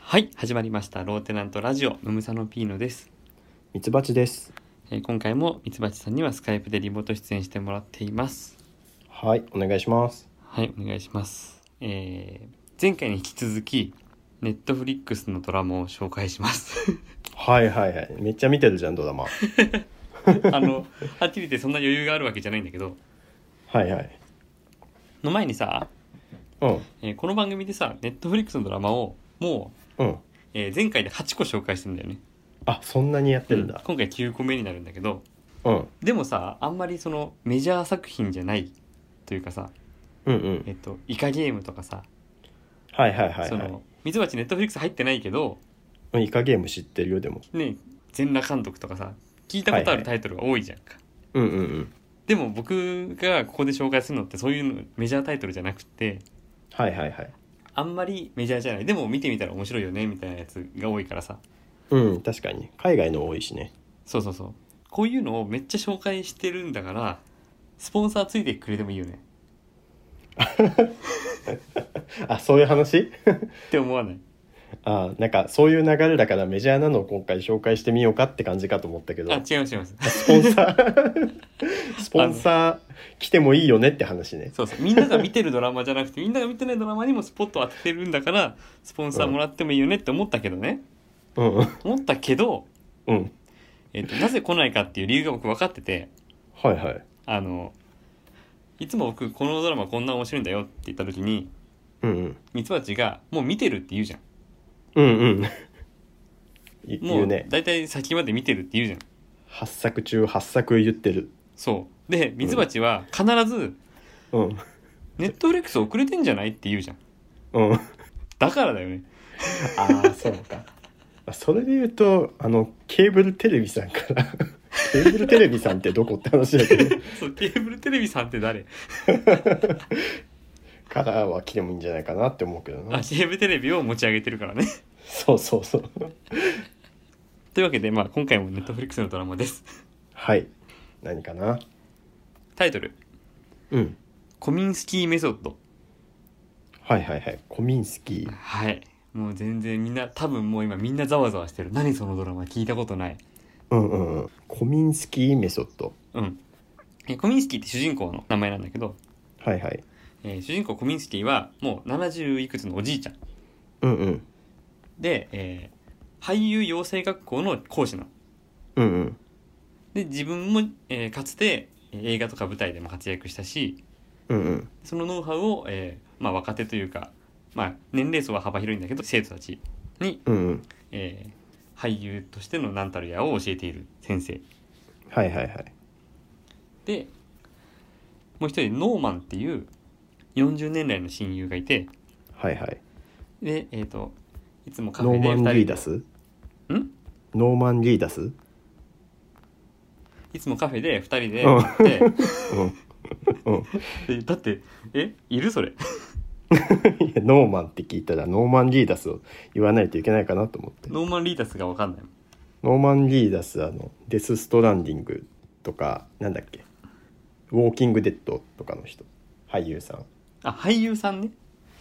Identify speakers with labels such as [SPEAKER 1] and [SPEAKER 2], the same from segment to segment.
[SPEAKER 1] はい始まりましたローテナントラジオムムサノピーノです、
[SPEAKER 2] ミツバチです。
[SPEAKER 1] えー今回もミツバチさんにはスカイプでリモート出演してもらっています
[SPEAKER 2] はい、お願いします。
[SPEAKER 1] はいお願いしますえー前回に引き続きネットフリックスのドラマを紹介します
[SPEAKER 2] はいはいはい、めっちゃ見てるじゃん、ドラマ。は
[SPEAKER 1] あのはっきり言ってそんな余裕があるわけじゃないんだけど
[SPEAKER 2] い はい。
[SPEAKER 1] の前にさ、
[SPEAKER 2] うん、
[SPEAKER 1] えーこの番組でさネットフリックスのドラマをも
[SPEAKER 2] うん。
[SPEAKER 1] う、えー前回で8個紹介してんだよね
[SPEAKER 2] あ、そんなにやってるん
[SPEAKER 1] うん
[SPEAKER 2] だ。
[SPEAKER 1] 今回9個目になるんだけど
[SPEAKER 2] うん、
[SPEAKER 1] でもさあんまりそのメジャー作品じゃないというかさ
[SPEAKER 2] うん、うん。
[SPEAKER 1] えっと、イカゲームとかさ、
[SPEAKER 2] はいはいはい
[SPEAKER 1] そ
[SPEAKER 2] は
[SPEAKER 1] のミツバチネットフリックス入ってないけど、
[SPEAKER 2] いうん。イカゲーム知ってるよ、でも。
[SPEAKER 1] ね、全裸監督とかさ聞いたことあるタイトルが多いじゃんか、
[SPEAKER 2] うん、うん、うん。
[SPEAKER 1] でも僕がここで紹介するのってそういうのメジャータイトルじゃなくて
[SPEAKER 2] はいはいはい。
[SPEAKER 1] あんまりメジャーじゃないでも見てみたら面白いよねみたいなやつが多いからさ
[SPEAKER 2] うん、確かにね、海外の多いしね。
[SPEAKER 1] そうそうそうこういうのをめっちゃ紹介してるんだからスポンサーついてくれてもいいよね
[SPEAKER 2] あ、そういう話。
[SPEAKER 1] って思わない
[SPEAKER 2] あ、なんか、そういう流れだから、メジャーなのを今回紹介してみようかって感じかと思ったけど
[SPEAKER 1] あ。違います違います
[SPEAKER 2] スポンサー。 スポンサー来てもいいよねって話ね。
[SPEAKER 1] そうそうみんなが見てるドラマじゃなくてみんなが見てないドラマにもスポットを当ててるんだからスポンサーもらってもいいよねって思ったけどね、
[SPEAKER 2] うん、うん
[SPEAKER 1] 思ったけど、
[SPEAKER 2] うん。
[SPEAKER 1] えっとなぜ来ないかっていう理由が僕分かってて
[SPEAKER 2] はいはい。
[SPEAKER 1] あのいつも僕このドラマこんな面白いんだよって言った時に
[SPEAKER 2] うん、うん。
[SPEAKER 1] ミツバチが「もう見てる」って言うじゃん
[SPEAKER 2] うんうん。
[SPEAKER 1] も
[SPEAKER 2] い言う
[SPEAKER 1] う
[SPEAKER 2] ね。
[SPEAKER 1] 大体先まで見てるって言うじゃん
[SPEAKER 2] 8作中8作言ってる。
[SPEAKER 1] そうでミツバチは必ず
[SPEAKER 2] うん。
[SPEAKER 1] 「ネットフリックス遅れてんじゃない?」って言うじゃん
[SPEAKER 2] うん。あ
[SPEAKER 1] だからだよね
[SPEAKER 2] あ、そう か。それで言うと、あの、ケーブルテレビさんから、 ケーブルテレビさんってどこって話だけ ど、
[SPEAKER 1] そうケーブルテレビさんって誰
[SPEAKER 2] からは来てもいいんじゃないかなって思うけど
[SPEAKER 1] あ
[SPEAKER 2] な。
[SPEAKER 1] ケーブルテレビを持ち上げてるからね
[SPEAKER 2] そうそうそう。
[SPEAKER 1] というわけで、まあ、今回もネットフリックスのドラマです
[SPEAKER 2] はい。何かな
[SPEAKER 1] タイトル
[SPEAKER 2] うん。
[SPEAKER 1] 「コミンスキーメソッド」
[SPEAKER 2] はいはいはい。コミンスキー。
[SPEAKER 1] はいもう全然みんな多分もう今みんなざわざわしてる何そのドラマ聞いたことない
[SPEAKER 2] うんうんうん。コミンスキーメソッド。
[SPEAKER 1] うんえコミンスキーって主人公の名前なんだけど、
[SPEAKER 2] はいはい。
[SPEAKER 1] えー主人公コミンスキーはもう70いくつのおじいちゃん
[SPEAKER 2] うんうん。
[SPEAKER 1] で、えー俳優養成学校の講師なの
[SPEAKER 2] うんうん。
[SPEAKER 1] で自分も、えーかつてえー映画とか舞台でも活躍したし
[SPEAKER 2] うんうん。
[SPEAKER 1] そのノウハウを、えーまあ、若手というか、まあ、年齢層は幅広いんだけど生徒たちに、
[SPEAKER 2] うんうん。
[SPEAKER 1] えー俳優としての何たるやを教えている先生
[SPEAKER 2] はいはいはい。
[SPEAKER 1] でもう一人ノーマンっていう40年来の親友がいて
[SPEAKER 2] はいはい。
[SPEAKER 1] でえっ、といつもカフ
[SPEAKER 2] ノ
[SPEAKER 1] ェ
[SPEAKER 2] ー
[SPEAKER 1] で
[SPEAKER 2] マン・リ
[SPEAKER 1] 二
[SPEAKER 2] ー
[SPEAKER 1] 人
[SPEAKER 2] ダ
[SPEAKER 1] で
[SPEAKER 2] ス
[SPEAKER 1] ん
[SPEAKER 2] ノーマン・リーダス
[SPEAKER 1] いつもカフェで2人で
[SPEAKER 2] うん
[SPEAKER 1] 行って、
[SPEAKER 2] うん。うん。
[SPEAKER 1] でだってえいるそれ
[SPEAKER 2] いやノーマンって聞いたらノーマン・リーダスを言わないといけないかなと思って。
[SPEAKER 1] ノーマンリーダスが分かんない
[SPEAKER 2] ノーマン・リーダス、あの、デス・ストランディングとか、なんだっけ、ウォーキング・デッドとかの人。俳優さん。
[SPEAKER 1] あ俳優さんね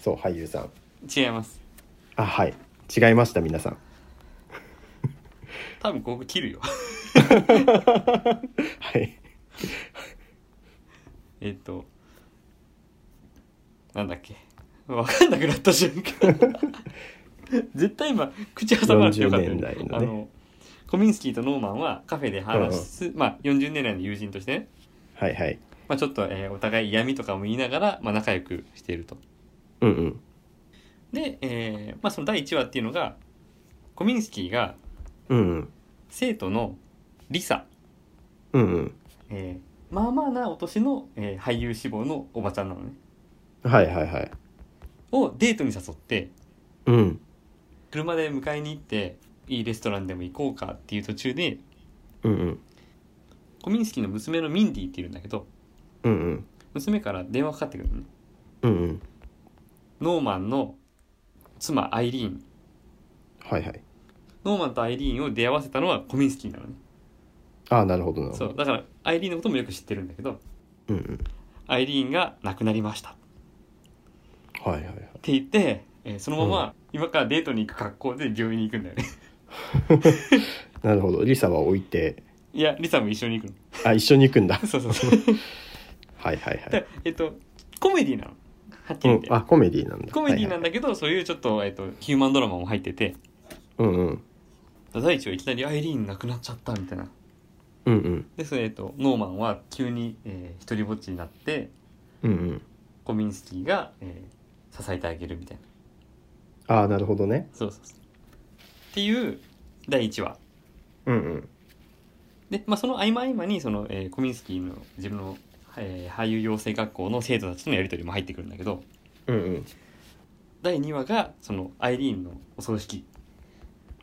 [SPEAKER 2] そう、俳優さん。
[SPEAKER 1] 違います
[SPEAKER 2] あ、はい。違いました、皆さん。
[SPEAKER 1] 多分ここ切るよ
[SPEAKER 2] はい。
[SPEAKER 1] えっとなんだっけ分かんなくなった瞬間 絶対今口挟まなくてよかったよね
[SPEAKER 2] 40年代の
[SPEAKER 1] あ
[SPEAKER 2] ね
[SPEAKER 1] のコミンスキーとノーマンはカフェで話す、まあ、40年来の友人としてね
[SPEAKER 2] はいはい。
[SPEAKER 1] まあ、ちょっと、えーお互い嫌味とかも言いながら、まあ、仲良くしていると。
[SPEAKER 2] うんうん。
[SPEAKER 1] で、えーまあ、その第1話っていうのがコミンスキーが
[SPEAKER 2] うんうん。
[SPEAKER 1] 生徒のリサ、
[SPEAKER 2] うん
[SPEAKER 1] えーまあまあなお年の、えー俳優志望のおばちゃんなのね
[SPEAKER 2] うん。はいはいはい。
[SPEAKER 1] をデートに誘って
[SPEAKER 2] うん。
[SPEAKER 1] 車で迎えに行っていいレストランでも行こうかっていう途中で
[SPEAKER 2] うんうん。
[SPEAKER 1] コミンスキーの娘のミンディっているんだけど
[SPEAKER 2] うんうん。
[SPEAKER 1] 娘から電話かかってくるのね
[SPEAKER 2] うんうん。
[SPEAKER 1] ノーマンの妻アイリーン
[SPEAKER 2] はいはい。
[SPEAKER 1] ノーマンとアイリーンを出会わせたのはコミンスキーなのね
[SPEAKER 2] ああ、なるほどなるほ
[SPEAKER 1] そ
[SPEAKER 2] ど。
[SPEAKER 1] うだからアイリーンのこともよく知ってるんだけど
[SPEAKER 2] うんうん。
[SPEAKER 1] アイリーンが亡くなりましたっ
[SPEAKER 2] はいはいはい。
[SPEAKER 1] て言って、ええーそのまま今からデートに行く格好で病院に行くんだよ ね
[SPEAKER 2] なるほどリサは置いて
[SPEAKER 1] いやリサも一緒に行くの
[SPEAKER 2] あ一緒に行く んだ
[SPEAKER 1] そうそうそう
[SPEAKER 2] はいはいは い、
[SPEAKER 1] でえっとコメディなのはっき
[SPEAKER 2] う
[SPEAKER 1] り言っ
[SPEAKER 2] ん
[SPEAKER 1] て、、
[SPEAKER 2] あコメディなんだ
[SPEAKER 1] コメディなん
[SPEAKER 2] だ、
[SPEAKER 1] だけど、そういうちょっと,、えっとヒューマンドラマも入ってて
[SPEAKER 2] はいはい、うんうん
[SPEAKER 1] 第一はいきなりアイリーン亡くなっちゃったみたいな
[SPEAKER 2] うんうん
[SPEAKER 1] でそれ、えっとノーマンは急に、えー、一人ぼっちになって
[SPEAKER 2] うんうん
[SPEAKER 1] コミンスキーが、えー支えてあげるみたいな
[SPEAKER 2] ああなるほどね
[SPEAKER 1] そうそうそうっていう第一話
[SPEAKER 2] うんうん
[SPEAKER 1] で、まあ、その合間合間にその、えーコミンスキーの自分の、えー俳優養成学校の生徒たちとのやり取りも入ってくるんだけど
[SPEAKER 2] うんうん
[SPEAKER 1] 第2話がそのアイリーンのお葬式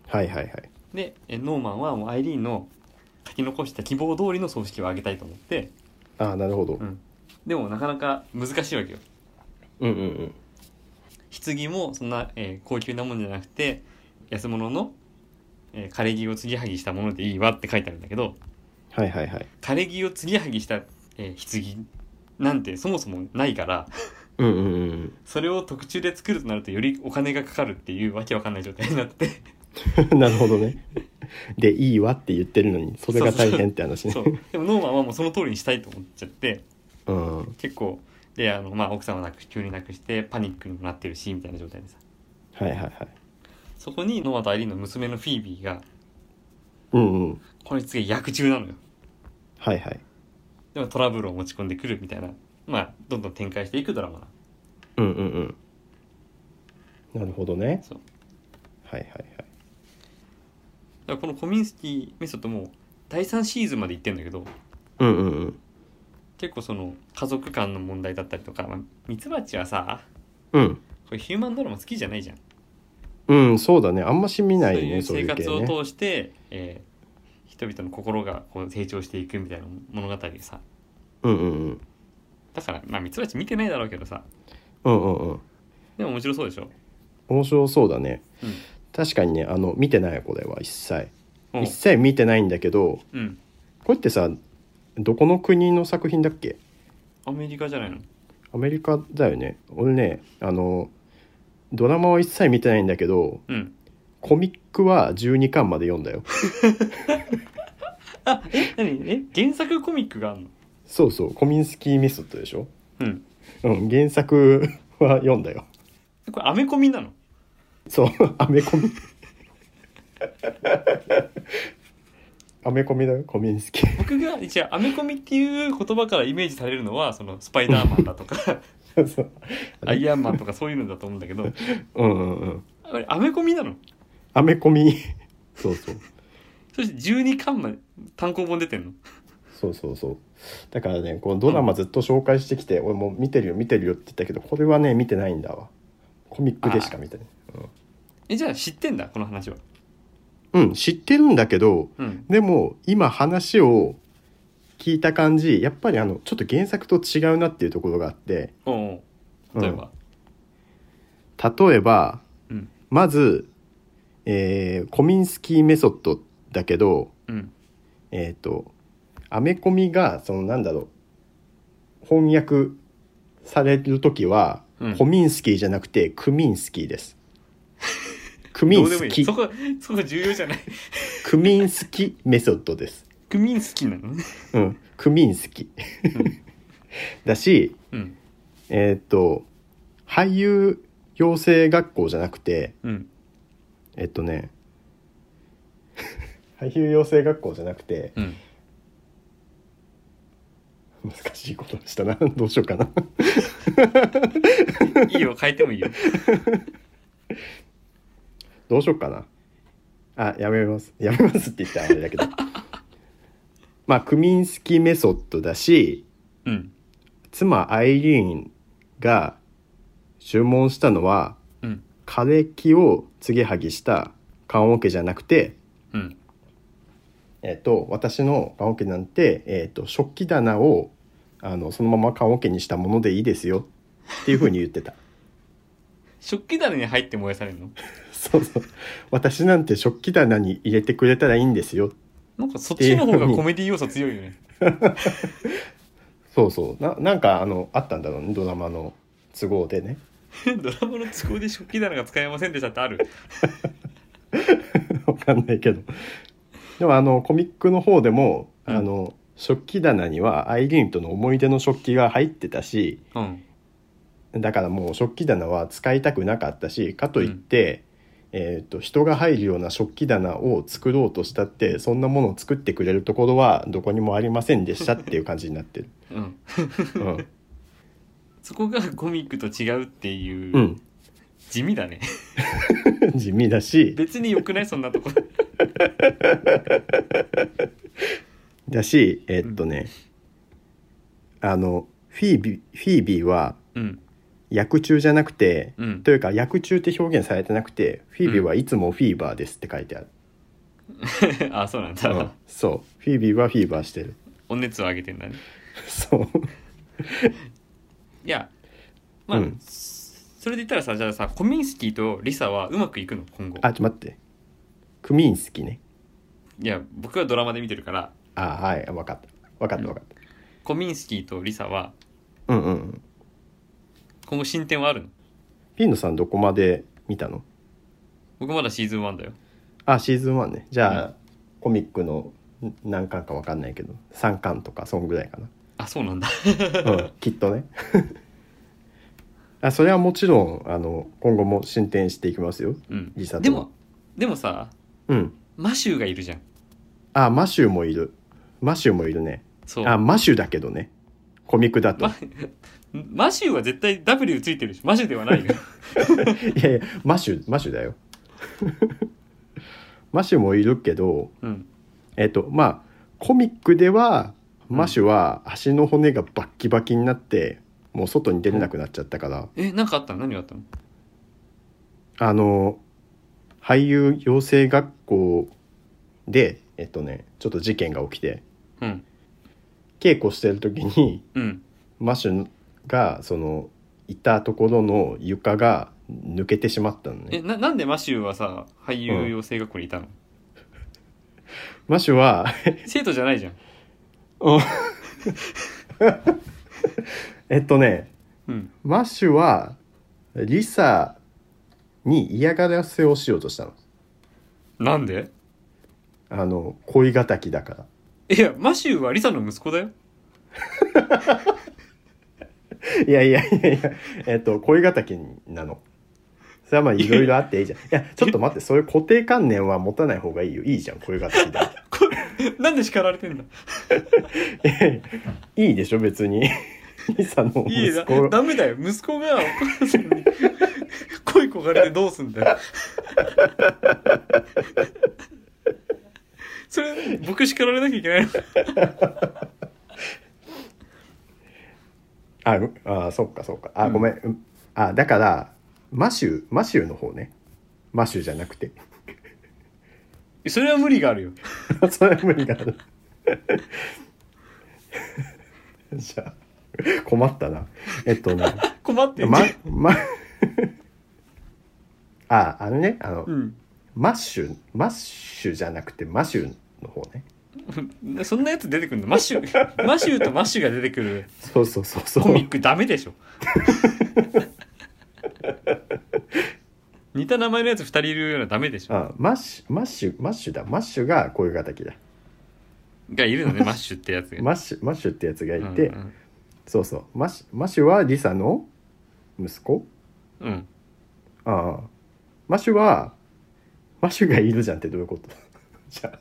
[SPEAKER 2] はいはいはい
[SPEAKER 1] で、えーノーマンはもうアイリーンの書き残した希望通りの葬式をあげたいと思って
[SPEAKER 2] ああなるほど、
[SPEAKER 1] でもなかなか難しいわけよ
[SPEAKER 2] うん、うんうん
[SPEAKER 1] 棺もそんな、えー高級なもんじゃなくて安物の、えー枯れ木を継ぎはぎしたものでいいわって書いてあるんだけど
[SPEAKER 2] はいはいはい
[SPEAKER 1] 枯れ木を継ぎはぎした、えー棺なんてそもそもないから
[SPEAKER 2] うんうんうん
[SPEAKER 1] それを特注で作るとなるとよりお金がかかるっていうわけわかんない状態になって
[SPEAKER 2] うん なるほどねでいいわって言ってるのにそれが大変って話ね
[SPEAKER 1] そうでもノーマンはもうその通りにしたいと思っちゃって
[SPEAKER 2] うん
[SPEAKER 1] 結構であの、まあ、奥さんはなく急になくしてパニックにもなってるしみたいな状態でさ
[SPEAKER 2] はいはいはい
[SPEAKER 1] そこにノーマンとアイリーンの娘のフィービーが
[SPEAKER 2] うんうん
[SPEAKER 1] こいつが役中なのよ
[SPEAKER 2] はいはい
[SPEAKER 1] でもトラブルを持ち込んでくるみたいなまあどんどん展開していくドラマな
[SPEAKER 2] うんうんうんなるほどね
[SPEAKER 1] そう
[SPEAKER 2] はいはいはい
[SPEAKER 1] だからこのコミンスキーメソッドも第3シーズンまで行ってんだけど
[SPEAKER 2] うんうんうん
[SPEAKER 1] 結構その家族間の問題だったりとか、まあ、ミツバチはさ
[SPEAKER 2] うん
[SPEAKER 1] これヒューマンドラマ好きじゃないじゃん
[SPEAKER 2] うんそうだねあんまし見ないね
[SPEAKER 1] そ
[SPEAKER 2] そうう
[SPEAKER 1] い
[SPEAKER 2] いうう
[SPEAKER 1] 生
[SPEAKER 2] 系
[SPEAKER 1] 活
[SPEAKER 2] ね
[SPEAKER 1] を通して、えー人々の心がこう成長していくみたいな物語でさ
[SPEAKER 2] うんうんうん
[SPEAKER 1] だからまあミツバチ見てないだろうけどさ
[SPEAKER 2] うんうんうん
[SPEAKER 1] でも面白そうでしょ
[SPEAKER 2] 面白そうだね、
[SPEAKER 1] うん
[SPEAKER 2] 確かにねあの見てないこれは一切
[SPEAKER 1] おう
[SPEAKER 2] 一切見てないんだけど
[SPEAKER 1] うん
[SPEAKER 2] これってさどこの国の作品だっけ
[SPEAKER 1] アメリカじゃないの
[SPEAKER 2] アメリカだよね俺ねあのドラマは一切見てないんだけど
[SPEAKER 1] うん
[SPEAKER 2] コミックは12巻まで読んだよ
[SPEAKER 1] 何え原作コミックがあんの
[SPEAKER 2] そうそうコミンスキーメソッドでしょ
[SPEAKER 1] うん
[SPEAKER 2] うん原作は読んだよ
[SPEAKER 1] これアメコミなの
[SPEAKER 2] そうアメコミアメコミだよコミンスキー
[SPEAKER 1] 僕が一応アメコミっていう言葉からイメージされるのはそのスパイダーマンだ とか
[SPEAKER 2] そう
[SPEAKER 1] アイアンマンとかそういうのだと思うんだけど
[SPEAKER 2] うんうんうん
[SPEAKER 1] あれアメコミなの
[SPEAKER 2] アメコミそうそう
[SPEAKER 1] そして12巻まで単行本出てんの
[SPEAKER 2] そうそうそうだからねこのドラマずっと紹介してきて、俺も見てるよ見てるよって言ったけどこれはね見てないんだわコミックでしか見てない
[SPEAKER 1] えじゃあ知ってんだこの話は
[SPEAKER 2] うん知ってるんだけど
[SPEAKER 1] うん
[SPEAKER 2] でも今話を聞いた感じやっぱりあのちょっと原作と違うなっていうところがあって
[SPEAKER 1] おうおう例えば、
[SPEAKER 2] 例えば、
[SPEAKER 1] うん
[SPEAKER 2] まず、えーコミンスキーメソッドだけど
[SPEAKER 1] うん
[SPEAKER 2] えっ、とアメコミがそのなんだろう翻訳される時は、
[SPEAKER 1] うん
[SPEAKER 2] コミンスキーじゃなくてクミンスキ ーです。クミン
[SPEAKER 1] どうでも
[SPEAKER 2] ス
[SPEAKER 1] いい
[SPEAKER 2] キ
[SPEAKER 1] そこそこ重要じゃない
[SPEAKER 2] クミンスキメソッドです。
[SPEAKER 1] クミン好きなのね
[SPEAKER 2] うん、クミンスキ。 だし、
[SPEAKER 1] うん
[SPEAKER 2] えっ、と俳優養成学校じゃなくて、
[SPEAKER 1] うん
[SPEAKER 2] えっとね 俳優養成学校じゃなくて
[SPEAKER 1] うん
[SPEAKER 2] 難しいことをしたなどうしようかな
[SPEAKER 1] いいよ変えてもいいよ
[SPEAKER 2] どうしようかなあやめます やめますって言ったらあれだけど まあクミンスキメソッドだし
[SPEAKER 1] うん
[SPEAKER 2] 妻アイリーンが注文したのは
[SPEAKER 1] うん
[SPEAKER 2] 枯れ木を継ぎはぎした棺桶じゃなくて
[SPEAKER 1] うん
[SPEAKER 2] えっと、私の棺桶なんて、えっと、食器棚をあのそのまま棺桶にしたものでいいですよっていうふうに言ってた
[SPEAKER 1] 食器棚に入って燃やされるの
[SPEAKER 2] そうそう私なんて食器棚に入れてくれたらいいんですよ
[SPEAKER 1] なんかそっちの方がコメディ要素強いよね
[SPEAKER 2] そうそうななんかあのあったんだろうねドラマの都合でね
[SPEAKER 1] ドラマの都合で食器棚が使えませんでしたってある
[SPEAKER 2] わかんないけどでもあのコミックの方でも、
[SPEAKER 1] うん
[SPEAKER 2] あの食器棚にはアイリーンとの思い出の食器が入ってたし
[SPEAKER 1] うん
[SPEAKER 2] だからもう食器棚は使いたくなかったしかといって、えー、と人が入るような食器棚を作ろうとしたってそんなものを作ってくれるところはどこにもありませんでしたっていう感じになって る。
[SPEAKER 1] うん
[SPEAKER 2] うん
[SPEAKER 1] そこがコミックと違うっていう、
[SPEAKER 2] うん、
[SPEAKER 1] 地味だね
[SPEAKER 2] 地味だし
[SPEAKER 1] 別に良くないそんなとこ
[SPEAKER 2] だしえっとね、あのフィービーフィービーは
[SPEAKER 1] うん
[SPEAKER 2] 役中じゃなくて、
[SPEAKER 1] うん
[SPEAKER 2] というか役中って表現されてなくて「フィービーはいつもフィーバーです」って書いてある、
[SPEAKER 1] あそうなんだ、
[SPEAKER 2] うんそうフィービーはフィーバーしてる
[SPEAKER 1] お熱を上げてんだね
[SPEAKER 2] そう
[SPEAKER 1] いやまあ、
[SPEAKER 2] うん
[SPEAKER 1] それで言ったらさじゃあさコミンスキーとリサはうまくいくの今後
[SPEAKER 2] あちょっと待ってクミンスキね
[SPEAKER 1] いや僕はドラマで見てるから
[SPEAKER 2] あはい分かった分かった分かっ
[SPEAKER 1] コミンスキーとリサは
[SPEAKER 2] たうんうんうん
[SPEAKER 1] 今後進展はあるの
[SPEAKER 2] ピンノさんどこまで見たの
[SPEAKER 1] 僕まだシーズン1だよ
[SPEAKER 2] あシーズン1ねじゃあ、コミックのん何巻か分かんないけど3巻とかそんぐらいかな
[SPEAKER 1] あそうなんだ
[SPEAKER 2] うんきっとね あそれはもちろんあの今後も進展していきますよ
[SPEAKER 1] うん
[SPEAKER 2] リサとは
[SPEAKER 1] でもでもさ
[SPEAKER 2] うん
[SPEAKER 1] マシューがいるじゃん
[SPEAKER 2] あマシューもいるマシューもいるね
[SPEAKER 1] そう
[SPEAKER 2] あマシューだけどねコミックだと、
[SPEAKER 1] ま マシューは絶対 W ついてるしマシューでは ないよ
[SPEAKER 2] いやいやマシューマシューだよ マシューもいるけど
[SPEAKER 1] うん
[SPEAKER 2] えっとまあコミックでは
[SPEAKER 1] うん
[SPEAKER 2] マシューは足の骨がバッキバキになってもう外に出れなくなっちゃったから、
[SPEAKER 1] えなんかあったの何があったの
[SPEAKER 2] あの俳優養成学校でえっとねちょっと事件が起きて
[SPEAKER 1] うん
[SPEAKER 2] 稽古してる時に
[SPEAKER 1] うん
[SPEAKER 2] マッシュがそのいたところの床が抜けてしまったの
[SPEAKER 1] え
[SPEAKER 2] ね
[SPEAKER 1] ななんでマシューはさ俳優養成学校にいたの、
[SPEAKER 2] マッシュは
[SPEAKER 1] 生徒じゃないじゃん
[SPEAKER 2] えっとね
[SPEAKER 1] うん
[SPEAKER 2] マッシュはリサに嫌がらせをしようとしたの
[SPEAKER 1] なんで
[SPEAKER 2] あの恋敵だから
[SPEAKER 1] いやマシューはリサの息子だよ
[SPEAKER 2] いやいやいやいやえっと恋敵なのそれはまあいろいろあっていい じゃんいやちょっと待ってそういう固定観念は持たない方がいいよいいじゃん恋敵だ
[SPEAKER 1] なんで叱られてんだ
[SPEAKER 2] いいでしょ別にリサの
[SPEAKER 1] いい
[SPEAKER 2] 息
[SPEAKER 1] だ
[SPEAKER 2] 子
[SPEAKER 1] ダメだよ息子がお母さんに恋焦がれてどうすんだよ それ僕叱られなきゃいけないの
[SPEAKER 2] あうあそっかそっかあごめん、うんあだからマシューマシューの方ねマシューじゃなくて
[SPEAKER 1] それは無理があるよ
[SPEAKER 2] それは無理がある じゃあ困ったなえっ とね
[SPEAKER 1] 困ってんじ
[SPEAKER 2] ま
[SPEAKER 1] ゃん、
[SPEAKER 2] ま ああのねあの、
[SPEAKER 1] うん
[SPEAKER 2] マッシュマッシュじゃなくてマシューの方ね
[SPEAKER 1] そんなやつ出てくるのマッシュマシューとマッシュが出てくる
[SPEAKER 2] そうそうそうそ
[SPEAKER 1] コミ
[SPEAKER 2] う
[SPEAKER 1] ックダメでしょ似た名前のやつ2人いるようなダメでしょ
[SPEAKER 2] あマッシュマッシュマッシュだマッシュがこういう敵だ
[SPEAKER 1] がいるのねマッシュってやつが
[SPEAKER 2] マッシュマッシュってやつがいて、
[SPEAKER 1] うん
[SPEAKER 2] そうそうマシマシュはリサの息子
[SPEAKER 1] うんうん
[SPEAKER 2] ああマシュはマシュがいるじゃんってどういうこと じゃあ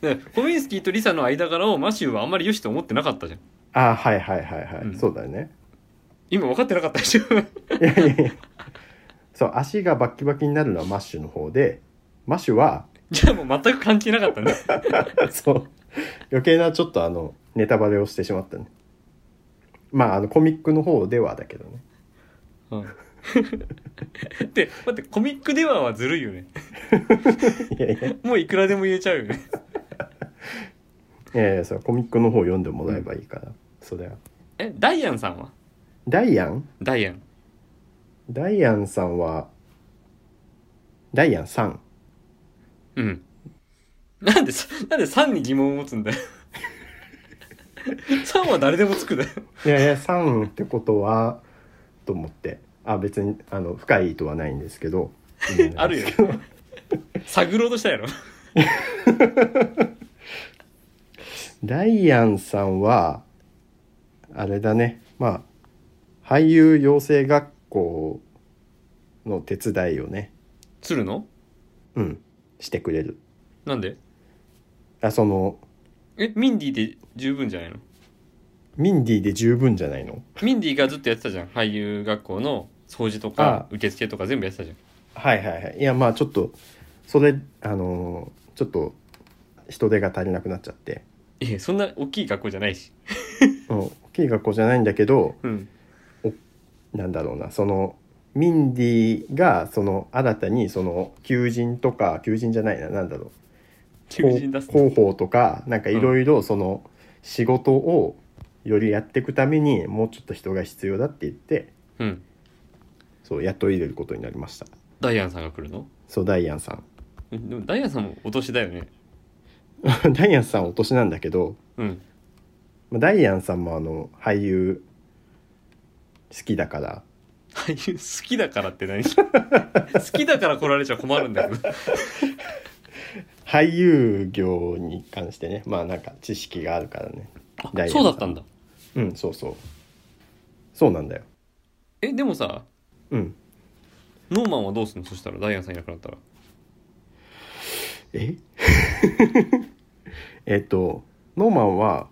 [SPEAKER 1] で コミンスキーとリサの間柄をマシューはあんまり良しと思ってなかったじゃん
[SPEAKER 2] ああはいはいはいはい、
[SPEAKER 1] うん
[SPEAKER 2] そうだよね
[SPEAKER 1] 今分かってなかったでしょ
[SPEAKER 2] いやいやいやそう足がバッキバキになるのはマッシュの方でマシュは
[SPEAKER 1] じゃあもう全く関係なかったね
[SPEAKER 2] そう余計なちょっとあのネタバレをしてしまったねまああのコミックの方ではだけどね
[SPEAKER 1] で待ってコミックでははずるいよね
[SPEAKER 2] いやいや
[SPEAKER 1] もういくらでも言えちゃうよね
[SPEAKER 2] いやいやそうコミックの方読んでもらえばいいから、それは
[SPEAKER 1] えダイアンさんは
[SPEAKER 2] ダイアン
[SPEAKER 1] ダイアン
[SPEAKER 2] ダイアンさんは、ダイアンさん。
[SPEAKER 1] うんなんでさなんで3に疑問を持つんだよ3は誰でもつくだよ
[SPEAKER 2] いやいや、さんってことは、と思ってあ別にあの深い意図はないんですけど
[SPEAKER 1] あるよ探ろうとしたやろ
[SPEAKER 2] ダイアンさんはあれだねまあ俳優養成学校の手伝いをね
[SPEAKER 1] するの
[SPEAKER 2] うんしてくれる
[SPEAKER 1] なんで
[SPEAKER 2] あその
[SPEAKER 1] えミンディで十分じゃないの
[SPEAKER 2] ミンディで十分じゃないの
[SPEAKER 1] ミンディがずっとやってたじゃん俳優学校の掃除とか受付とか全部やってたじゃん
[SPEAKER 2] はいはいはいいやまあちょっとそれあのーちょっと人手が足りなくなっちゃって、
[SPEAKER 1] いやそんな大きい学校じゃないし
[SPEAKER 2] うん、大きい学校じゃないんだけど
[SPEAKER 1] うん
[SPEAKER 2] なんだろうなそのミンディがその新たにその求人とか求人じゃないななんだろう
[SPEAKER 1] 求
[SPEAKER 2] こう
[SPEAKER 1] 人出すの
[SPEAKER 2] 広報とかなんかいろいろその仕事をよりやっていくためにもうちょっと人が必要だって言って
[SPEAKER 1] うん
[SPEAKER 2] そう雇い入れることになりました
[SPEAKER 1] ダイアンさんが来るの
[SPEAKER 2] そうダイアンさん
[SPEAKER 1] えでもダイアンさんもお年だよね
[SPEAKER 2] ダイアンさんお年なんだけど
[SPEAKER 1] うん
[SPEAKER 2] まあダイアンさんもあの俳優好きだから
[SPEAKER 1] 俳優好きだからって 何好きだから来られちゃ困るんだけど
[SPEAKER 2] 俳優業に関してねまあなんか知識があるからね
[SPEAKER 1] あそうだったんだ
[SPEAKER 2] うんそうそうそうなんだよ
[SPEAKER 1] えでもさ
[SPEAKER 2] うん
[SPEAKER 1] ノーマンはどうすんのそしたらダイアンさんいなくなったら
[SPEAKER 2] え えっとノーマンは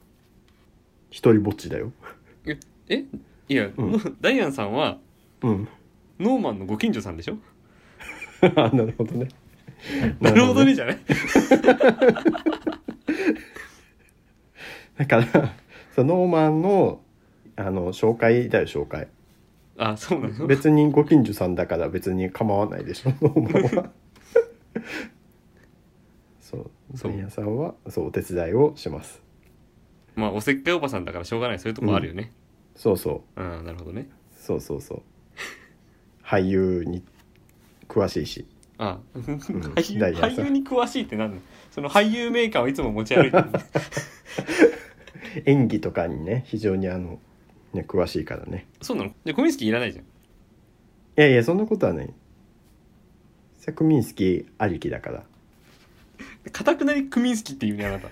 [SPEAKER 2] 一人ぼっちだよ
[SPEAKER 1] ええいや、
[SPEAKER 2] うん
[SPEAKER 1] のダイアンさんは
[SPEAKER 2] うん
[SPEAKER 1] ノーマンのご近所さんでしょ
[SPEAKER 2] あなるほどね
[SPEAKER 1] なるほどねじゃない
[SPEAKER 2] だから そのノーマンのあの紹介だよ紹介
[SPEAKER 1] あそうなの
[SPEAKER 2] 別にご近所さんだから別に構わないでしょ ノーマンはそう
[SPEAKER 1] そう
[SPEAKER 2] ダイヤさんはそうお手伝いをします
[SPEAKER 1] まあおせっかいおばさんだからしょうがないそういうとこあるよね
[SPEAKER 2] そうそう
[SPEAKER 1] うん、なるほどね
[SPEAKER 2] そうそうそう俳優に詳しいし
[SPEAKER 1] あ、俳優
[SPEAKER 2] ダイアンさん
[SPEAKER 1] 俳優に詳しいってなんのその俳優メーカーをいつも持ち歩いてる
[SPEAKER 2] 演技とかにね非常にあの、ね、詳しいからね
[SPEAKER 1] そうなのでコミンスキーいらないじゃん
[SPEAKER 2] いやいやそんなことはないセクミンスキーありきだから
[SPEAKER 1] かたくなにクミンスキーって言うねあ なた
[SPEAKER 2] い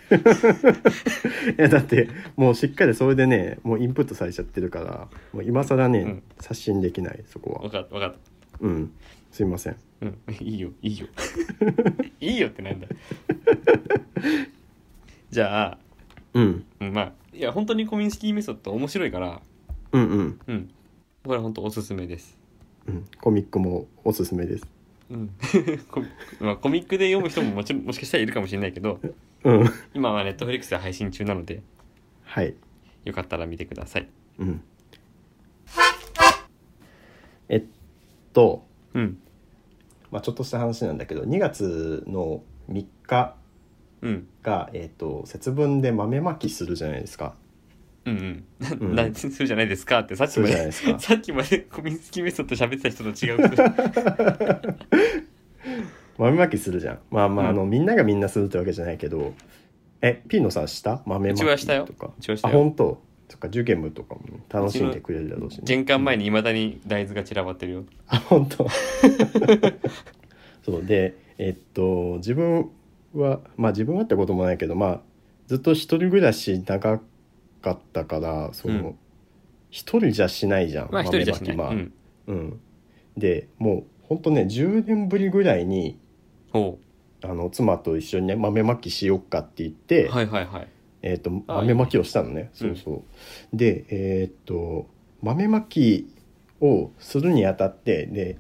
[SPEAKER 2] やだってもうしっかりそれでねもうインプットされちゃってるからもう今更ね、
[SPEAKER 1] うん
[SPEAKER 2] 刷新できないそこは
[SPEAKER 1] 分かった分かった
[SPEAKER 2] うんすいません
[SPEAKER 1] うん、いいよいい よいいよってなんだ じゃあ
[SPEAKER 2] うん
[SPEAKER 1] うんまあいや本当にコミンスキーメソッド面白いから
[SPEAKER 2] うんうん
[SPEAKER 1] うんこれ本当おすすめです
[SPEAKER 2] うんコミックもおすすめです
[SPEAKER 1] うん コ,、まあ、コミックで読む人ももちろんもし かしたらいるかもしれないけど
[SPEAKER 2] うん
[SPEAKER 1] 今はネットフリックスで配信中なので
[SPEAKER 2] はい
[SPEAKER 1] よかったら見てください
[SPEAKER 2] うんえっと
[SPEAKER 1] うん
[SPEAKER 2] まあ、ちょっとした話なんだけど2月の3日
[SPEAKER 1] うん
[SPEAKER 2] が、えー、と節分で豆まきするじゃないで すか
[SPEAKER 1] うんう
[SPEAKER 2] うん
[SPEAKER 1] ん、ななするじゃないですかってさっき
[SPEAKER 2] する
[SPEAKER 1] ま
[SPEAKER 2] じゃない
[SPEAKER 1] で
[SPEAKER 2] です か
[SPEAKER 1] さっきまでコミンスキーメソッド喋ってた人と違う人
[SPEAKER 2] 豆まきするじゃんまあまあ,、
[SPEAKER 1] うん
[SPEAKER 2] あのみんながみんなするってわけじゃないけどえピーノさんした豆ま
[SPEAKER 1] うちは
[SPEAKER 2] き
[SPEAKER 1] したよ
[SPEAKER 2] とか
[SPEAKER 1] うちはした
[SPEAKER 2] あ
[SPEAKER 1] よ
[SPEAKER 2] 本当そっかジュゲムとかもね、楽しんでくれるだろうし、ね、
[SPEAKER 1] 玄関前にいまだに大豆が散らばってるよ
[SPEAKER 2] あ本当そうでえっと自分はまあ自分はってこともないけどまあずっと一人暮らし長かったからその、
[SPEAKER 1] うん
[SPEAKER 2] 一人じゃしないじゃん、
[SPEAKER 1] まあ一人じゃしない、
[SPEAKER 2] 豆まき
[SPEAKER 1] うん
[SPEAKER 2] まあうんでもうほんとね10年ぶりぐらいに
[SPEAKER 1] ほ
[SPEAKER 2] あの妻と一緒にね豆まきしよっかって言って、
[SPEAKER 1] うはいはいはい
[SPEAKER 2] えっと
[SPEAKER 1] あ
[SPEAKER 2] 豆まきをしたのね
[SPEAKER 1] いい
[SPEAKER 2] そ
[SPEAKER 1] ね
[SPEAKER 2] うそう、でえっと豆まきをするにあたってで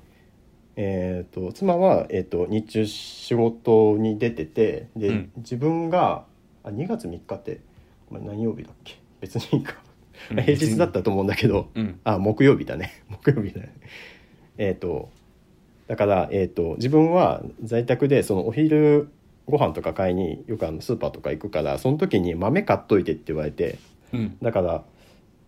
[SPEAKER 2] えっと妻は、えっと日中仕事に出ててで、
[SPEAKER 1] うん
[SPEAKER 2] 自分があ2月3日ってこれ何曜日だっけ別にいいか
[SPEAKER 1] うん
[SPEAKER 2] 平日だったと思うんだけど
[SPEAKER 1] うん
[SPEAKER 2] あ木曜日だね 木曜日だねえっ、とだから、えー、と自分は在宅でそのお昼ご飯とか買いによくあのスーパーとか行くからその時に豆買っといてって言われて
[SPEAKER 1] うん
[SPEAKER 2] だから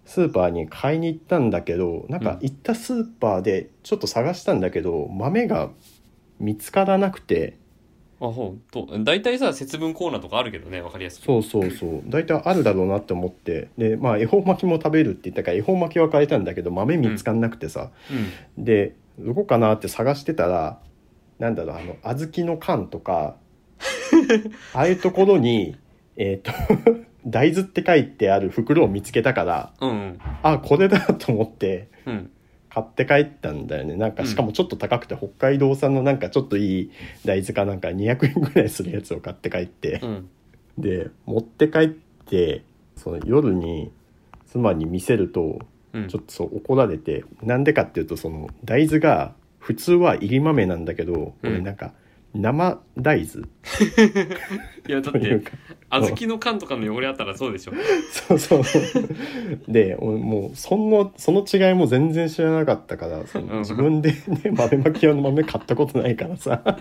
[SPEAKER 2] スーパーに買いに行ったんだけどなん
[SPEAKER 1] うん
[SPEAKER 2] か行ったスーパーでちょっと探したんだけど、豆が見つからなくて
[SPEAKER 1] あほうと大体さ節分コーナーとかあるけどねわかりやすく
[SPEAKER 2] そうそうそう大体あるだろうなって思ってでまあ恵方巻きも食べるって言ったから恵方巻きは買えたんだけど豆見つかんなくてさ、
[SPEAKER 1] うん
[SPEAKER 2] でどこかなって探してたらなんだろうあの小豆の缶 とかああいうところにえっ、と 大豆って書いてある袋を見つけたから
[SPEAKER 1] うん
[SPEAKER 2] あこれだと思って
[SPEAKER 1] うん
[SPEAKER 2] 買って帰ったんだよねなん
[SPEAKER 1] う
[SPEAKER 2] か
[SPEAKER 1] ん
[SPEAKER 2] しかもちょっと高くて、北海道産のなんかちょっといい大豆かなんか200円ぐらいするやつを買って帰って
[SPEAKER 1] う、ん
[SPEAKER 2] で持って帰ってその夜に妻に見せると
[SPEAKER 1] うん
[SPEAKER 2] ちょっとそう怒られてなんでかっていうとその大豆が普通は入り豆なんだけど、
[SPEAKER 1] うん
[SPEAKER 2] これなんか生大豆
[SPEAKER 1] いやだっ
[SPEAKER 2] と いう
[SPEAKER 1] て
[SPEAKER 2] か
[SPEAKER 1] 小豆の缶とかの汚れあったらそうでしょ
[SPEAKER 2] そうそうで俺もうそのその違いも全然知らなかったからそ
[SPEAKER 1] うん
[SPEAKER 2] の自分で、ね、豆まき用の豆買ったことないからさ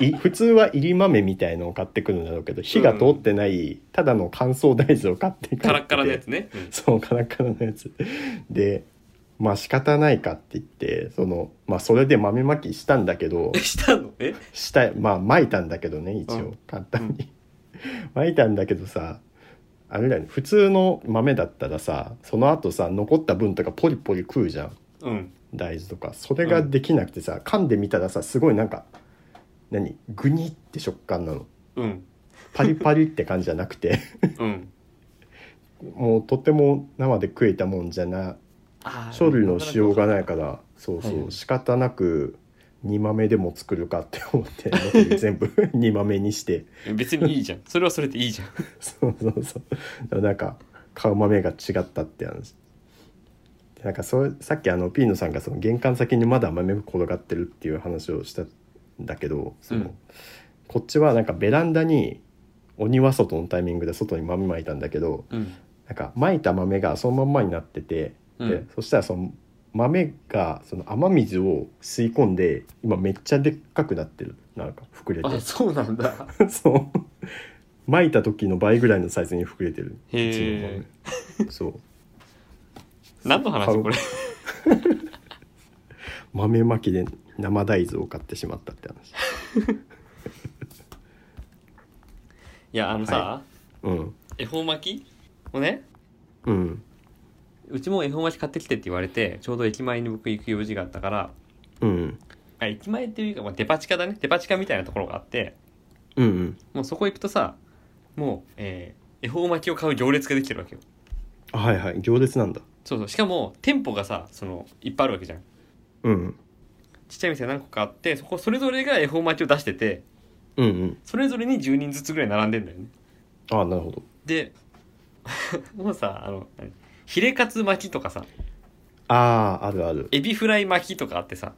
[SPEAKER 2] い普通は入り豆みたいのを買ってくるんだろうけど火が通ってない、ただの乾燥大豆を買って帰って
[SPEAKER 1] カラッカラのやつねうん
[SPEAKER 2] そうカラッカラのやつでまあ仕方ないかって言ってそのまあそれで豆まきしたんだけど
[SPEAKER 1] えしたのえ
[SPEAKER 2] したまあ巻いたんだけどね一
[SPEAKER 1] う
[SPEAKER 2] 応
[SPEAKER 1] ん
[SPEAKER 2] 簡単に 巻いたんだけどさあれだよね普通の豆だったらさその後さ残った分とかポリポリ食うじゃん
[SPEAKER 1] うん
[SPEAKER 2] 大豆とかそれができなくてさ、噛んでみたらさすごいなんか何グニって食感なの
[SPEAKER 1] うん
[SPEAKER 2] パリパリって感じじゃなく て
[SPEAKER 1] うん
[SPEAKER 2] もうとても生で食えたもんじゃな
[SPEAKER 1] あー
[SPEAKER 2] 処理のしようがないからそうそう、
[SPEAKER 1] うん
[SPEAKER 2] 仕方なく煮豆でも作るかって思って残り全部 煮豆にして
[SPEAKER 1] 別にいいじゃんそれはそれでいいじゃん
[SPEAKER 2] そうそうそうだからなんか買う豆が違ったって話でなんかそうさっきあのピーノさんがその玄関先にまだ豆が転がってるっていう話をしたんだけどその、
[SPEAKER 1] うん
[SPEAKER 2] こっちはなんかベランダにお庭外のタイミングで外に豆まいたんだけど
[SPEAKER 1] うん
[SPEAKER 2] なんかまいた豆がそのまんまになってて
[SPEAKER 1] う
[SPEAKER 2] で
[SPEAKER 1] ん
[SPEAKER 2] そしたらその豆がその雨水を吸い込んで今めっちゃでっかくなってるなんか膨れ
[SPEAKER 1] あ
[SPEAKER 2] て
[SPEAKER 1] そうなん だ
[SPEAKER 2] そう撒いた時の倍ぐらいのサイズに膨れてる
[SPEAKER 1] へー
[SPEAKER 2] うちの豆そう
[SPEAKER 1] 何の話これ
[SPEAKER 2] 豆まきで生大豆を買ってしまったって話
[SPEAKER 1] いやあのさ
[SPEAKER 2] うん
[SPEAKER 1] 恵方巻きをね
[SPEAKER 2] うん
[SPEAKER 1] うちも恵方巻き買ってきてって言われてちょうど駅前に僕行く用事があったから
[SPEAKER 2] うん
[SPEAKER 1] あ駅前っていうか、まあ、デパ地下だねデパ地下みたいなところがあって
[SPEAKER 2] うんうん
[SPEAKER 1] もうそこ行くとさもう、えー恵方巻きを買う行列ができてるわけよ
[SPEAKER 2] あはいはい行列なんだ
[SPEAKER 1] そうそうしかも店舗がさそのいっぱいあるわけじゃん
[SPEAKER 2] うん
[SPEAKER 1] ちっちゃい店が何個かあってそこそれぞれが恵方巻きを出してて
[SPEAKER 2] うんうん
[SPEAKER 1] それぞれに10人ずつぐらい並んでんだよね
[SPEAKER 2] あなるほど
[SPEAKER 1] で もうさあの何ヒレカツ巻きとかさ
[SPEAKER 2] あああるある
[SPEAKER 1] エビフライ巻きとかあってさ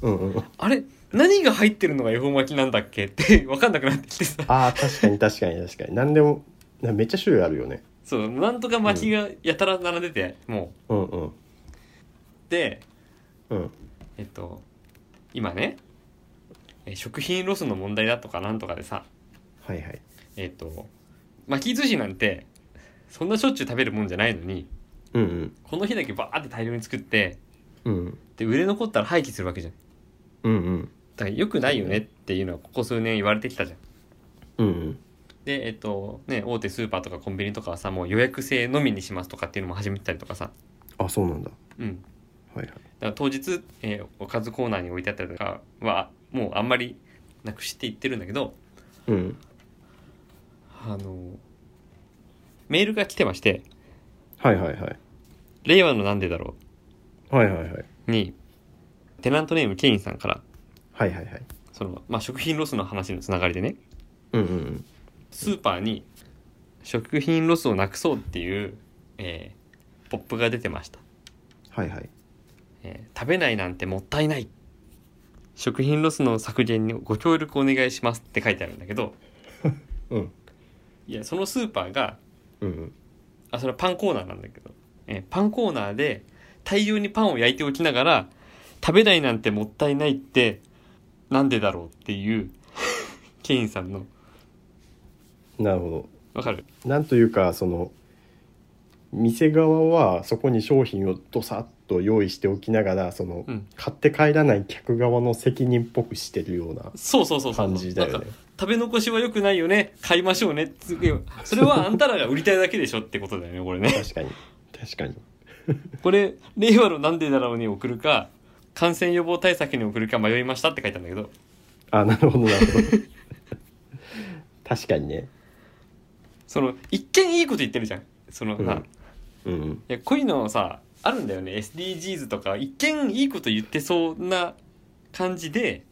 [SPEAKER 2] うんうん
[SPEAKER 1] あれ何が入ってるのが恵方巻きなんだっけって 分かんなくなってきてさ
[SPEAKER 2] ああ確かに確かに確かに何でもなめっちゃ種類あるよね
[SPEAKER 1] そうなんとか巻きがやたら並んでて、も
[SPEAKER 2] うんうん
[SPEAKER 1] うで
[SPEAKER 2] うん
[SPEAKER 1] えっと今ねえ食品ロスの問題だとかなんとかでさ
[SPEAKER 2] はいはい
[SPEAKER 1] えっと巻き寿司なんてそんなしょっちゅう食べるもんじゃないのに
[SPEAKER 2] うんうん
[SPEAKER 1] この日だけバーって大量に作って
[SPEAKER 2] うん
[SPEAKER 1] で売れ残ったら廃棄するわけじゃん
[SPEAKER 2] うんうん
[SPEAKER 1] だから良くないよねっていうのはここ数年言われてきたじゃん
[SPEAKER 2] うんうん
[SPEAKER 1] でえっとね大手スーパーとかコンビニとかはさもう予約制のみにしますとかっていうのも始めてたりとかさ
[SPEAKER 2] あそうなんだ
[SPEAKER 1] うん
[SPEAKER 2] はいは
[SPEAKER 1] だ
[SPEAKER 2] い
[SPEAKER 1] から当日、えーおかずコーナーに置いてあったりとかはもうあんまりなくしていってるんだけど
[SPEAKER 2] うん
[SPEAKER 1] あのメールが来てまして
[SPEAKER 2] はいはいはい
[SPEAKER 1] 「令和のなんでだろ」
[SPEAKER 2] はいはいはいう
[SPEAKER 1] にテナントネームケインさんから
[SPEAKER 2] はいはいはい
[SPEAKER 1] その、まあ、食品ロスの話のつながりでね
[SPEAKER 2] うんうん
[SPEAKER 1] スーパーに食品ロスをなくそうっていう、えーポップが出てました、
[SPEAKER 2] はいはい
[SPEAKER 1] えー食べないなんてもったいない食品ロスの削減にご協力お願いしますって書いてあるんだけど
[SPEAKER 2] うん
[SPEAKER 1] いやそのスーパーが
[SPEAKER 2] うん
[SPEAKER 1] あそれはパンコーナーなんだけど、えーパンコーナーで大量にパンを焼いておきながら食べないなんてもったいないってなんでだろうっていう ケインさんの
[SPEAKER 2] なるほ
[SPEAKER 1] わかる
[SPEAKER 2] どなんというかその店側はそこに商品をどさっと用意しておきながらその、
[SPEAKER 1] うん
[SPEAKER 2] 買って帰らない客側の責任っぽくしてるような
[SPEAKER 1] そうそうそうそう。
[SPEAKER 2] 感じだ
[SPEAKER 1] な
[SPEAKER 2] よ
[SPEAKER 1] ん
[SPEAKER 2] ね
[SPEAKER 1] か。食べ残しは良くないよね。買いましょうねっつうけど。それはあんたらが売りたいだけでしょってことだよね、これね。
[SPEAKER 2] 確かに確かに
[SPEAKER 1] これ、令和のなんでだろうに送るか、感染予防対策に送るか迷いましたって書いたんだけど、
[SPEAKER 2] あなるほどなるほど 確かにね
[SPEAKER 1] その、一見いいこと言ってるじゃん。その、
[SPEAKER 2] うん
[SPEAKER 1] な
[SPEAKER 2] うん
[SPEAKER 1] いや、こういうのさ、あるんだよね。SDGs とか、一見いいこと言ってそうな感じで、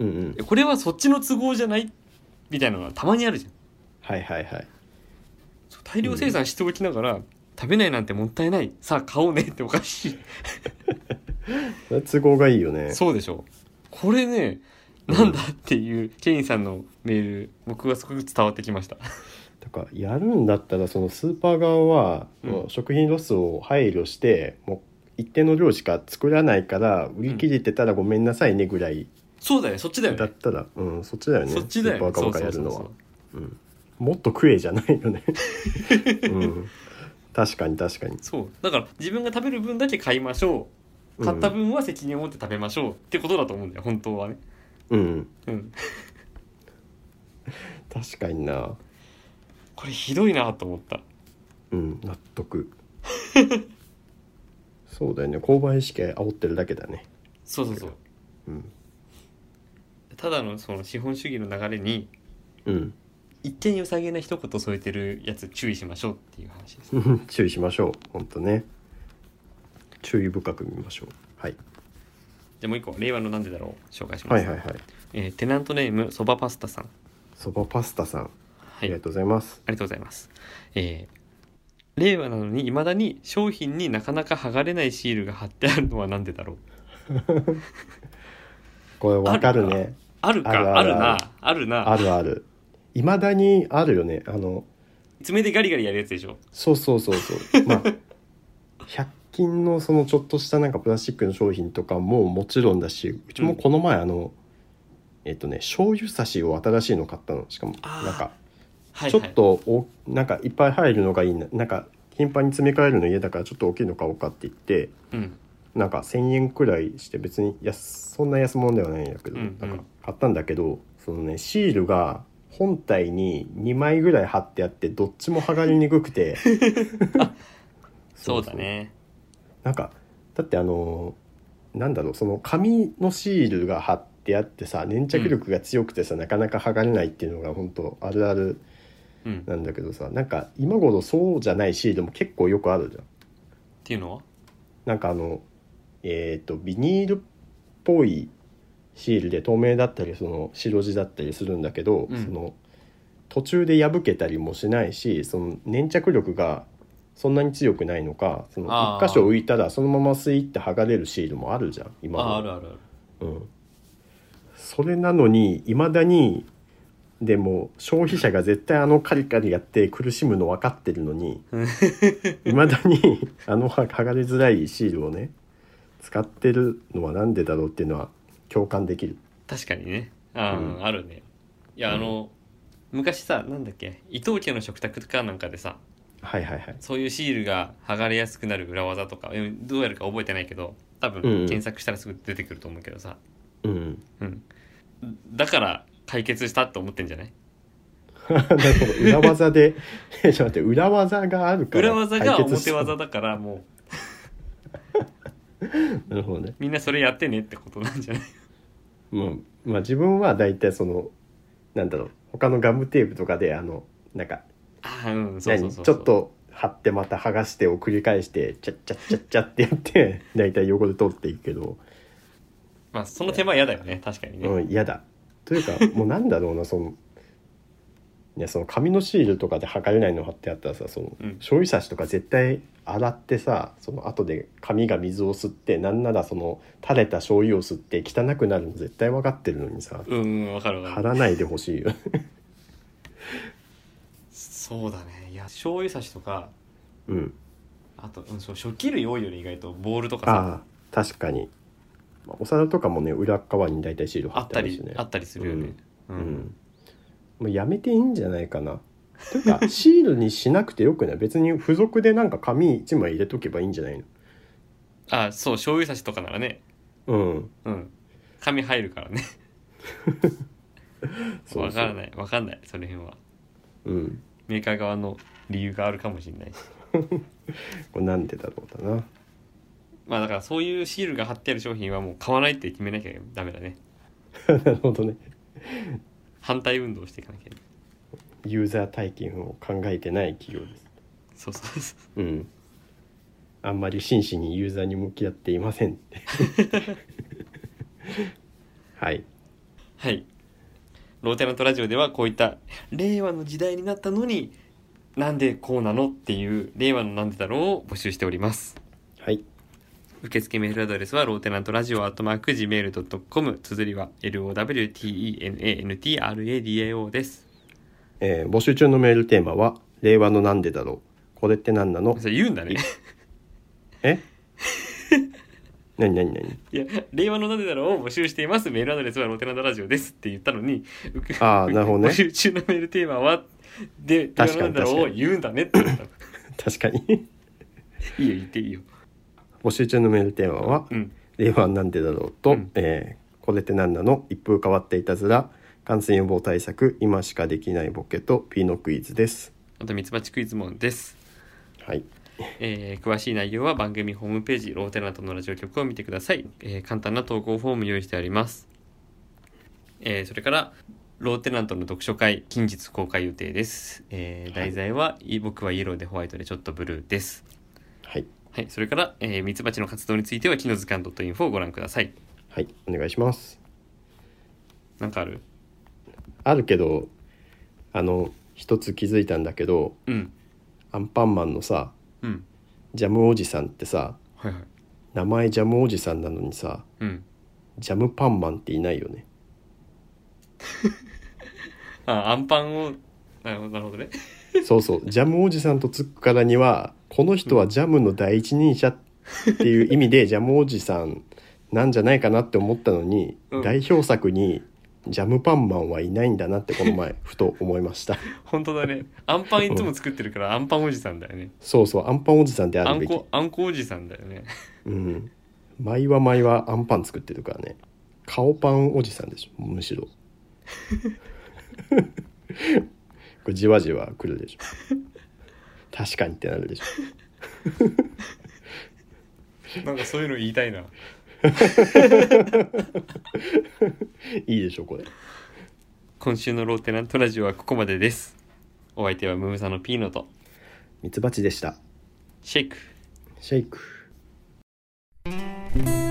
[SPEAKER 2] うんうん
[SPEAKER 1] これはそっちの都合じゃないみたいなのがたまにあるじゃん。
[SPEAKER 2] はいはいはい
[SPEAKER 1] そう大量生産しておきながら、食べないなんてもったいない。さあ、買おうねっておかしい。
[SPEAKER 2] それ都合がいいよね
[SPEAKER 1] そうでしょこれねなんだっていうケインさんのメール僕はすごく伝わってきました
[SPEAKER 2] だからやるんだったらそのスーパー側は、
[SPEAKER 1] うん
[SPEAKER 2] もう食品ロスを配慮してもう一定の量しか作らないから売り切れてたらごめんなさいねぐらい
[SPEAKER 1] そうだよそっちだよ
[SPEAKER 2] だ
[SPEAKER 1] ね
[SPEAKER 2] ったら、うん、そっちだよね
[SPEAKER 1] そっちだよ
[SPEAKER 2] スーパー
[SPEAKER 1] そう
[SPEAKER 2] 側が
[SPEAKER 1] そうそ
[SPEAKER 2] やるの
[SPEAKER 1] う
[SPEAKER 2] は
[SPEAKER 1] そう
[SPEAKER 2] うん、もっと食えじゃない よね、うん、確かに確かに
[SPEAKER 1] そうだから自分が食べる分だけ買いましょう買った分は責任を持って食べましょうってことだと思うんだよ本当はね
[SPEAKER 2] うん、うん、
[SPEAKER 1] うん
[SPEAKER 2] 確かにな
[SPEAKER 1] これひどいなと思った
[SPEAKER 2] うん納 得そうだよね購買意識煽ってるだけだね
[SPEAKER 1] そうそうそう
[SPEAKER 2] うん
[SPEAKER 1] ただのその資本主義の流れに
[SPEAKER 2] うん
[SPEAKER 1] 一見良さげな一言添えてるやつ注意しましょうっていう話です
[SPEAKER 2] うん注意しましょう本当ね注意深く見ましょう、はい、
[SPEAKER 1] じゃあもう一個令和のなんでだろう紹介しま
[SPEAKER 2] は
[SPEAKER 1] す、
[SPEAKER 2] いはいはい
[SPEAKER 1] えーテナントネームそばパスタさん
[SPEAKER 2] そばパスタさんあ
[SPEAKER 1] は
[SPEAKER 2] りがとうございます、
[SPEAKER 1] ありがとうございます。えー令和なのに未だに商品になかなか剥がれないシールが貼ってあるのはなんでだろう
[SPEAKER 2] これわかるね
[SPEAKER 1] あるか、あ
[SPEAKER 2] あ
[SPEAKER 1] る
[SPEAKER 2] る
[SPEAKER 1] な
[SPEAKER 2] ある、
[SPEAKER 1] ある
[SPEAKER 2] あ
[SPEAKER 1] な。
[SPEAKER 2] るあるいまだにあるよねあの
[SPEAKER 1] 爪でガリガリやるやつでしょ。
[SPEAKER 2] そうそうそう そうまあ100均のそのちょっとしたなんかプラスチックの商品とかももちろんだしうちもこの前あの、えっとね醤油差しを新しいの買ったのしかも
[SPEAKER 1] あー
[SPEAKER 2] なんか
[SPEAKER 1] はい、
[SPEAKER 2] ちょ
[SPEAKER 1] は
[SPEAKER 2] っ
[SPEAKER 1] い。
[SPEAKER 2] とおなんかいっぱい入るのがいいななんか頻繁に詰め替えるの家だからちょっと大きいの買おうかって言って
[SPEAKER 1] うん。
[SPEAKER 2] なんか1,000円くらいして別に安そんな安物ではないんだけど、
[SPEAKER 1] うんうん
[SPEAKER 2] なんか買ったんだけどそのねシールが本体に2枚ぐらい貼ってあってどっちも剥がれにく くて
[SPEAKER 1] そうだね。
[SPEAKER 2] なんかだってあのーなんだろうその紙のシールが貼ってあってさ粘着力が強くてさ、なかなか剥がれないっていうのが本当あるある
[SPEAKER 1] うん。っ
[SPEAKER 2] なんだけどさなんか今頃そうじゃないシールも結構よくあるじゃん。
[SPEAKER 1] ていうのは
[SPEAKER 2] なんかあのえっ、とビニールっぽいシールで透明だったりその白地だったりするんだけど、
[SPEAKER 1] うん
[SPEAKER 2] その途中で破けたりもしないしその粘着力がそんなに強くないのかその
[SPEAKER 1] あー
[SPEAKER 2] 1箇所浮いたらそのままスイッて剥がれるシールもあるじゃん今
[SPEAKER 1] あ、
[SPEAKER 2] の
[SPEAKER 1] あるあるある。
[SPEAKER 2] うん、それなのにいまだにでも消費者が絶対あのカリカリやって苦しむの分かってるの にいまだにあの剥がれづらいシールをね使ってるのはなんでだろうっていうのは共感できる。
[SPEAKER 1] 確かにね。あー、
[SPEAKER 2] うん
[SPEAKER 1] あるね。いや、あの、昔さ、なんだっけ、伊藤家の食卓かなんかでさ、
[SPEAKER 2] はいはいはい。
[SPEAKER 1] そういうシールが剥がれやすくなる裏技とか、えどうやるか覚えてないけど、多分
[SPEAKER 2] うんうん
[SPEAKER 1] 検索したらすぐ出てくると思うけどさ、
[SPEAKER 2] うん、
[SPEAKER 1] うん、だから解決したと思ってんじゃない
[SPEAKER 2] なるほど裏技で ちょっと待って裏技があるから
[SPEAKER 1] 裏技が
[SPEAKER 2] 解決し
[SPEAKER 1] 表技だからもう
[SPEAKER 2] なるほどね、
[SPEAKER 1] みんなそれやってねってことなんじゃない
[SPEAKER 2] まあ、まあ自分は大体そのなんだろう他のガムテープとかであのなんか
[SPEAKER 1] ああうんそう
[SPEAKER 2] 何
[SPEAKER 1] そうそう
[SPEAKER 2] ちょっと貼ってまた剥がしてを繰り返してチャッチャッチャッチャッってやって 大体汚れ取っていくけど
[SPEAKER 1] まあその手間嫌だよね確かにね、
[SPEAKER 2] うん嫌だというかもうなんだろうなそのいやその紙のシールとかで剥がれないの貼ってあったらさその、
[SPEAKER 1] うん
[SPEAKER 2] 醤油差しとか絶対洗ってさその後で紙が水を吸ってなんならその垂れた醤油を吸って汚くなるの絶対分かってるのにさ
[SPEAKER 1] うんうんわかるわ
[SPEAKER 2] 貼
[SPEAKER 1] かる
[SPEAKER 2] らないでほ しいよ
[SPEAKER 1] そうだねいや醤油差しとか
[SPEAKER 2] うん
[SPEAKER 1] あと、うん、そう食器類多いよね意外とボールとかさ
[SPEAKER 2] ああ確かに、まあお皿とかもね裏側に大体シール
[SPEAKER 1] あ
[SPEAKER 2] 貼っ
[SPEAKER 1] って
[SPEAKER 2] あ
[SPEAKER 1] た
[SPEAKER 2] るし
[SPEAKER 1] り
[SPEAKER 2] ね
[SPEAKER 1] あったりするよねうん、
[SPEAKER 2] うん、もうやめていいんじゃないかなというか シールにしなくてよくない別に付属でなんか紙一枚入れとけばいいんじゃないの
[SPEAKER 1] あそう醤油差しとかならね
[SPEAKER 2] うん
[SPEAKER 1] うん紙入るから ね
[SPEAKER 2] そうそう
[SPEAKER 1] わからないわかんないその辺は
[SPEAKER 2] うん
[SPEAKER 1] メーカー側の理由があるかもしれないし
[SPEAKER 2] これなんでだろうだな
[SPEAKER 1] まあだからそういうシールが貼ってある商品はもう買わないって決めなきゃダメだね
[SPEAKER 2] なるほどね
[SPEAKER 1] 反対運動をしていかなきゃいけない
[SPEAKER 2] ユーザー体験を考えてない企業です
[SPEAKER 1] そうそうそう
[SPEAKER 2] うんあんまり真摯にユーザーに向き合っていませんって はい
[SPEAKER 1] はい。ローテナントラジオではこういった令和の時代になったのになんでこうなのっていう令和のなんでだろうを募集しております。
[SPEAKER 2] はい
[SPEAKER 1] 受付メールアドレスはローテナントラジオアットマーク Gmail.com 綴りは LOWTENANTRADIO です。
[SPEAKER 2] えー募集中のメールテーマは「令和のなんでだろうこれって何なの
[SPEAKER 1] それ言うんだね。
[SPEAKER 2] え何何何
[SPEAKER 1] いや、令和のなんでだろうを募集しています。メールアドレスはローテナントラジオですって言ったのに、受け
[SPEAKER 2] あーなるほどね
[SPEAKER 1] 募集中のメールテーマは、で、令和の
[SPEAKER 2] 確か
[SPEAKER 1] なん
[SPEAKER 2] に
[SPEAKER 1] でだろうを言うんだねって言 ったの。
[SPEAKER 2] 確かに
[SPEAKER 1] いいよ、言っていいよ。
[SPEAKER 2] 募集中のメールテーマは
[SPEAKER 1] うん。
[SPEAKER 2] 「令和なんでだろうと」
[SPEAKER 1] うん
[SPEAKER 2] えーこれって何なの?」「一風変わっていたずら」「感染予防対策」「今しかできないボケ」と「ピノクイズ」です。
[SPEAKER 1] あと、ミツバチクイズモンです。
[SPEAKER 2] はい、
[SPEAKER 1] えー詳しい内容は番組ホームページローテナントのラジオ局を見てください、えー簡単な投稿フォーム用意してあります、えーそれからローテナントの読書会近日公開予定です、えー題材は、い僕はイエローでホワイトでちょっとブルーです
[SPEAKER 2] はい
[SPEAKER 1] はい、それから、えーミツバチの活動については木の図鑑 .info をご覧ください
[SPEAKER 2] はい、お願いします。
[SPEAKER 1] なんかある
[SPEAKER 2] あるけどあの一つ気づいたんだけど
[SPEAKER 1] うん
[SPEAKER 2] アンパンマンのさ
[SPEAKER 1] うん
[SPEAKER 2] ジャムおじさんってさ
[SPEAKER 1] はいはい
[SPEAKER 2] 名前ジャムおじさんなのにさ
[SPEAKER 1] うん
[SPEAKER 2] ジャムパンマンっていないよね。
[SPEAKER 1] あアンパンをなるほどなるほどね
[SPEAKER 2] そうそうジャムおじさんとつくからにはこの人はジャムの第一人者っていう意味 でジャムおじさんなんじゃないかなって思ったのに、
[SPEAKER 1] うん
[SPEAKER 2] 代表作にジャムパンマンはいないんだなってこの 前ふと思いました
[SPEAKER 1] 本当だねアンパンいつも作ってるからアンパンおじさんだよね
[SPEAKER 2] そうそうアンパンおじさんであ
[SPEAKER 1] あ
[SPEAKER 2] る
[SPEAKER 1] ん
[SPEAKER 2] べき
[SPEAKER 1] こあんこおじさんだよね
[SPEAKER 2] うん毎は毎はアンパン作ってるからね顔パンおじさんでしょむ しろこれじわじわ来るでしょ確かにってなるでしょ
[SPEAKER 1] なんかそういうの言いたいな。
[SPEAKER 2] いいでしょこれ
[SPEAKER 1] 今週のローテナントラジオはここまでです。お相手はムムサのピーノと
[SPEAKER 2] ミツバチでした
[SPEAKER 1] シェイク。
[SPEAKER 2] シェイク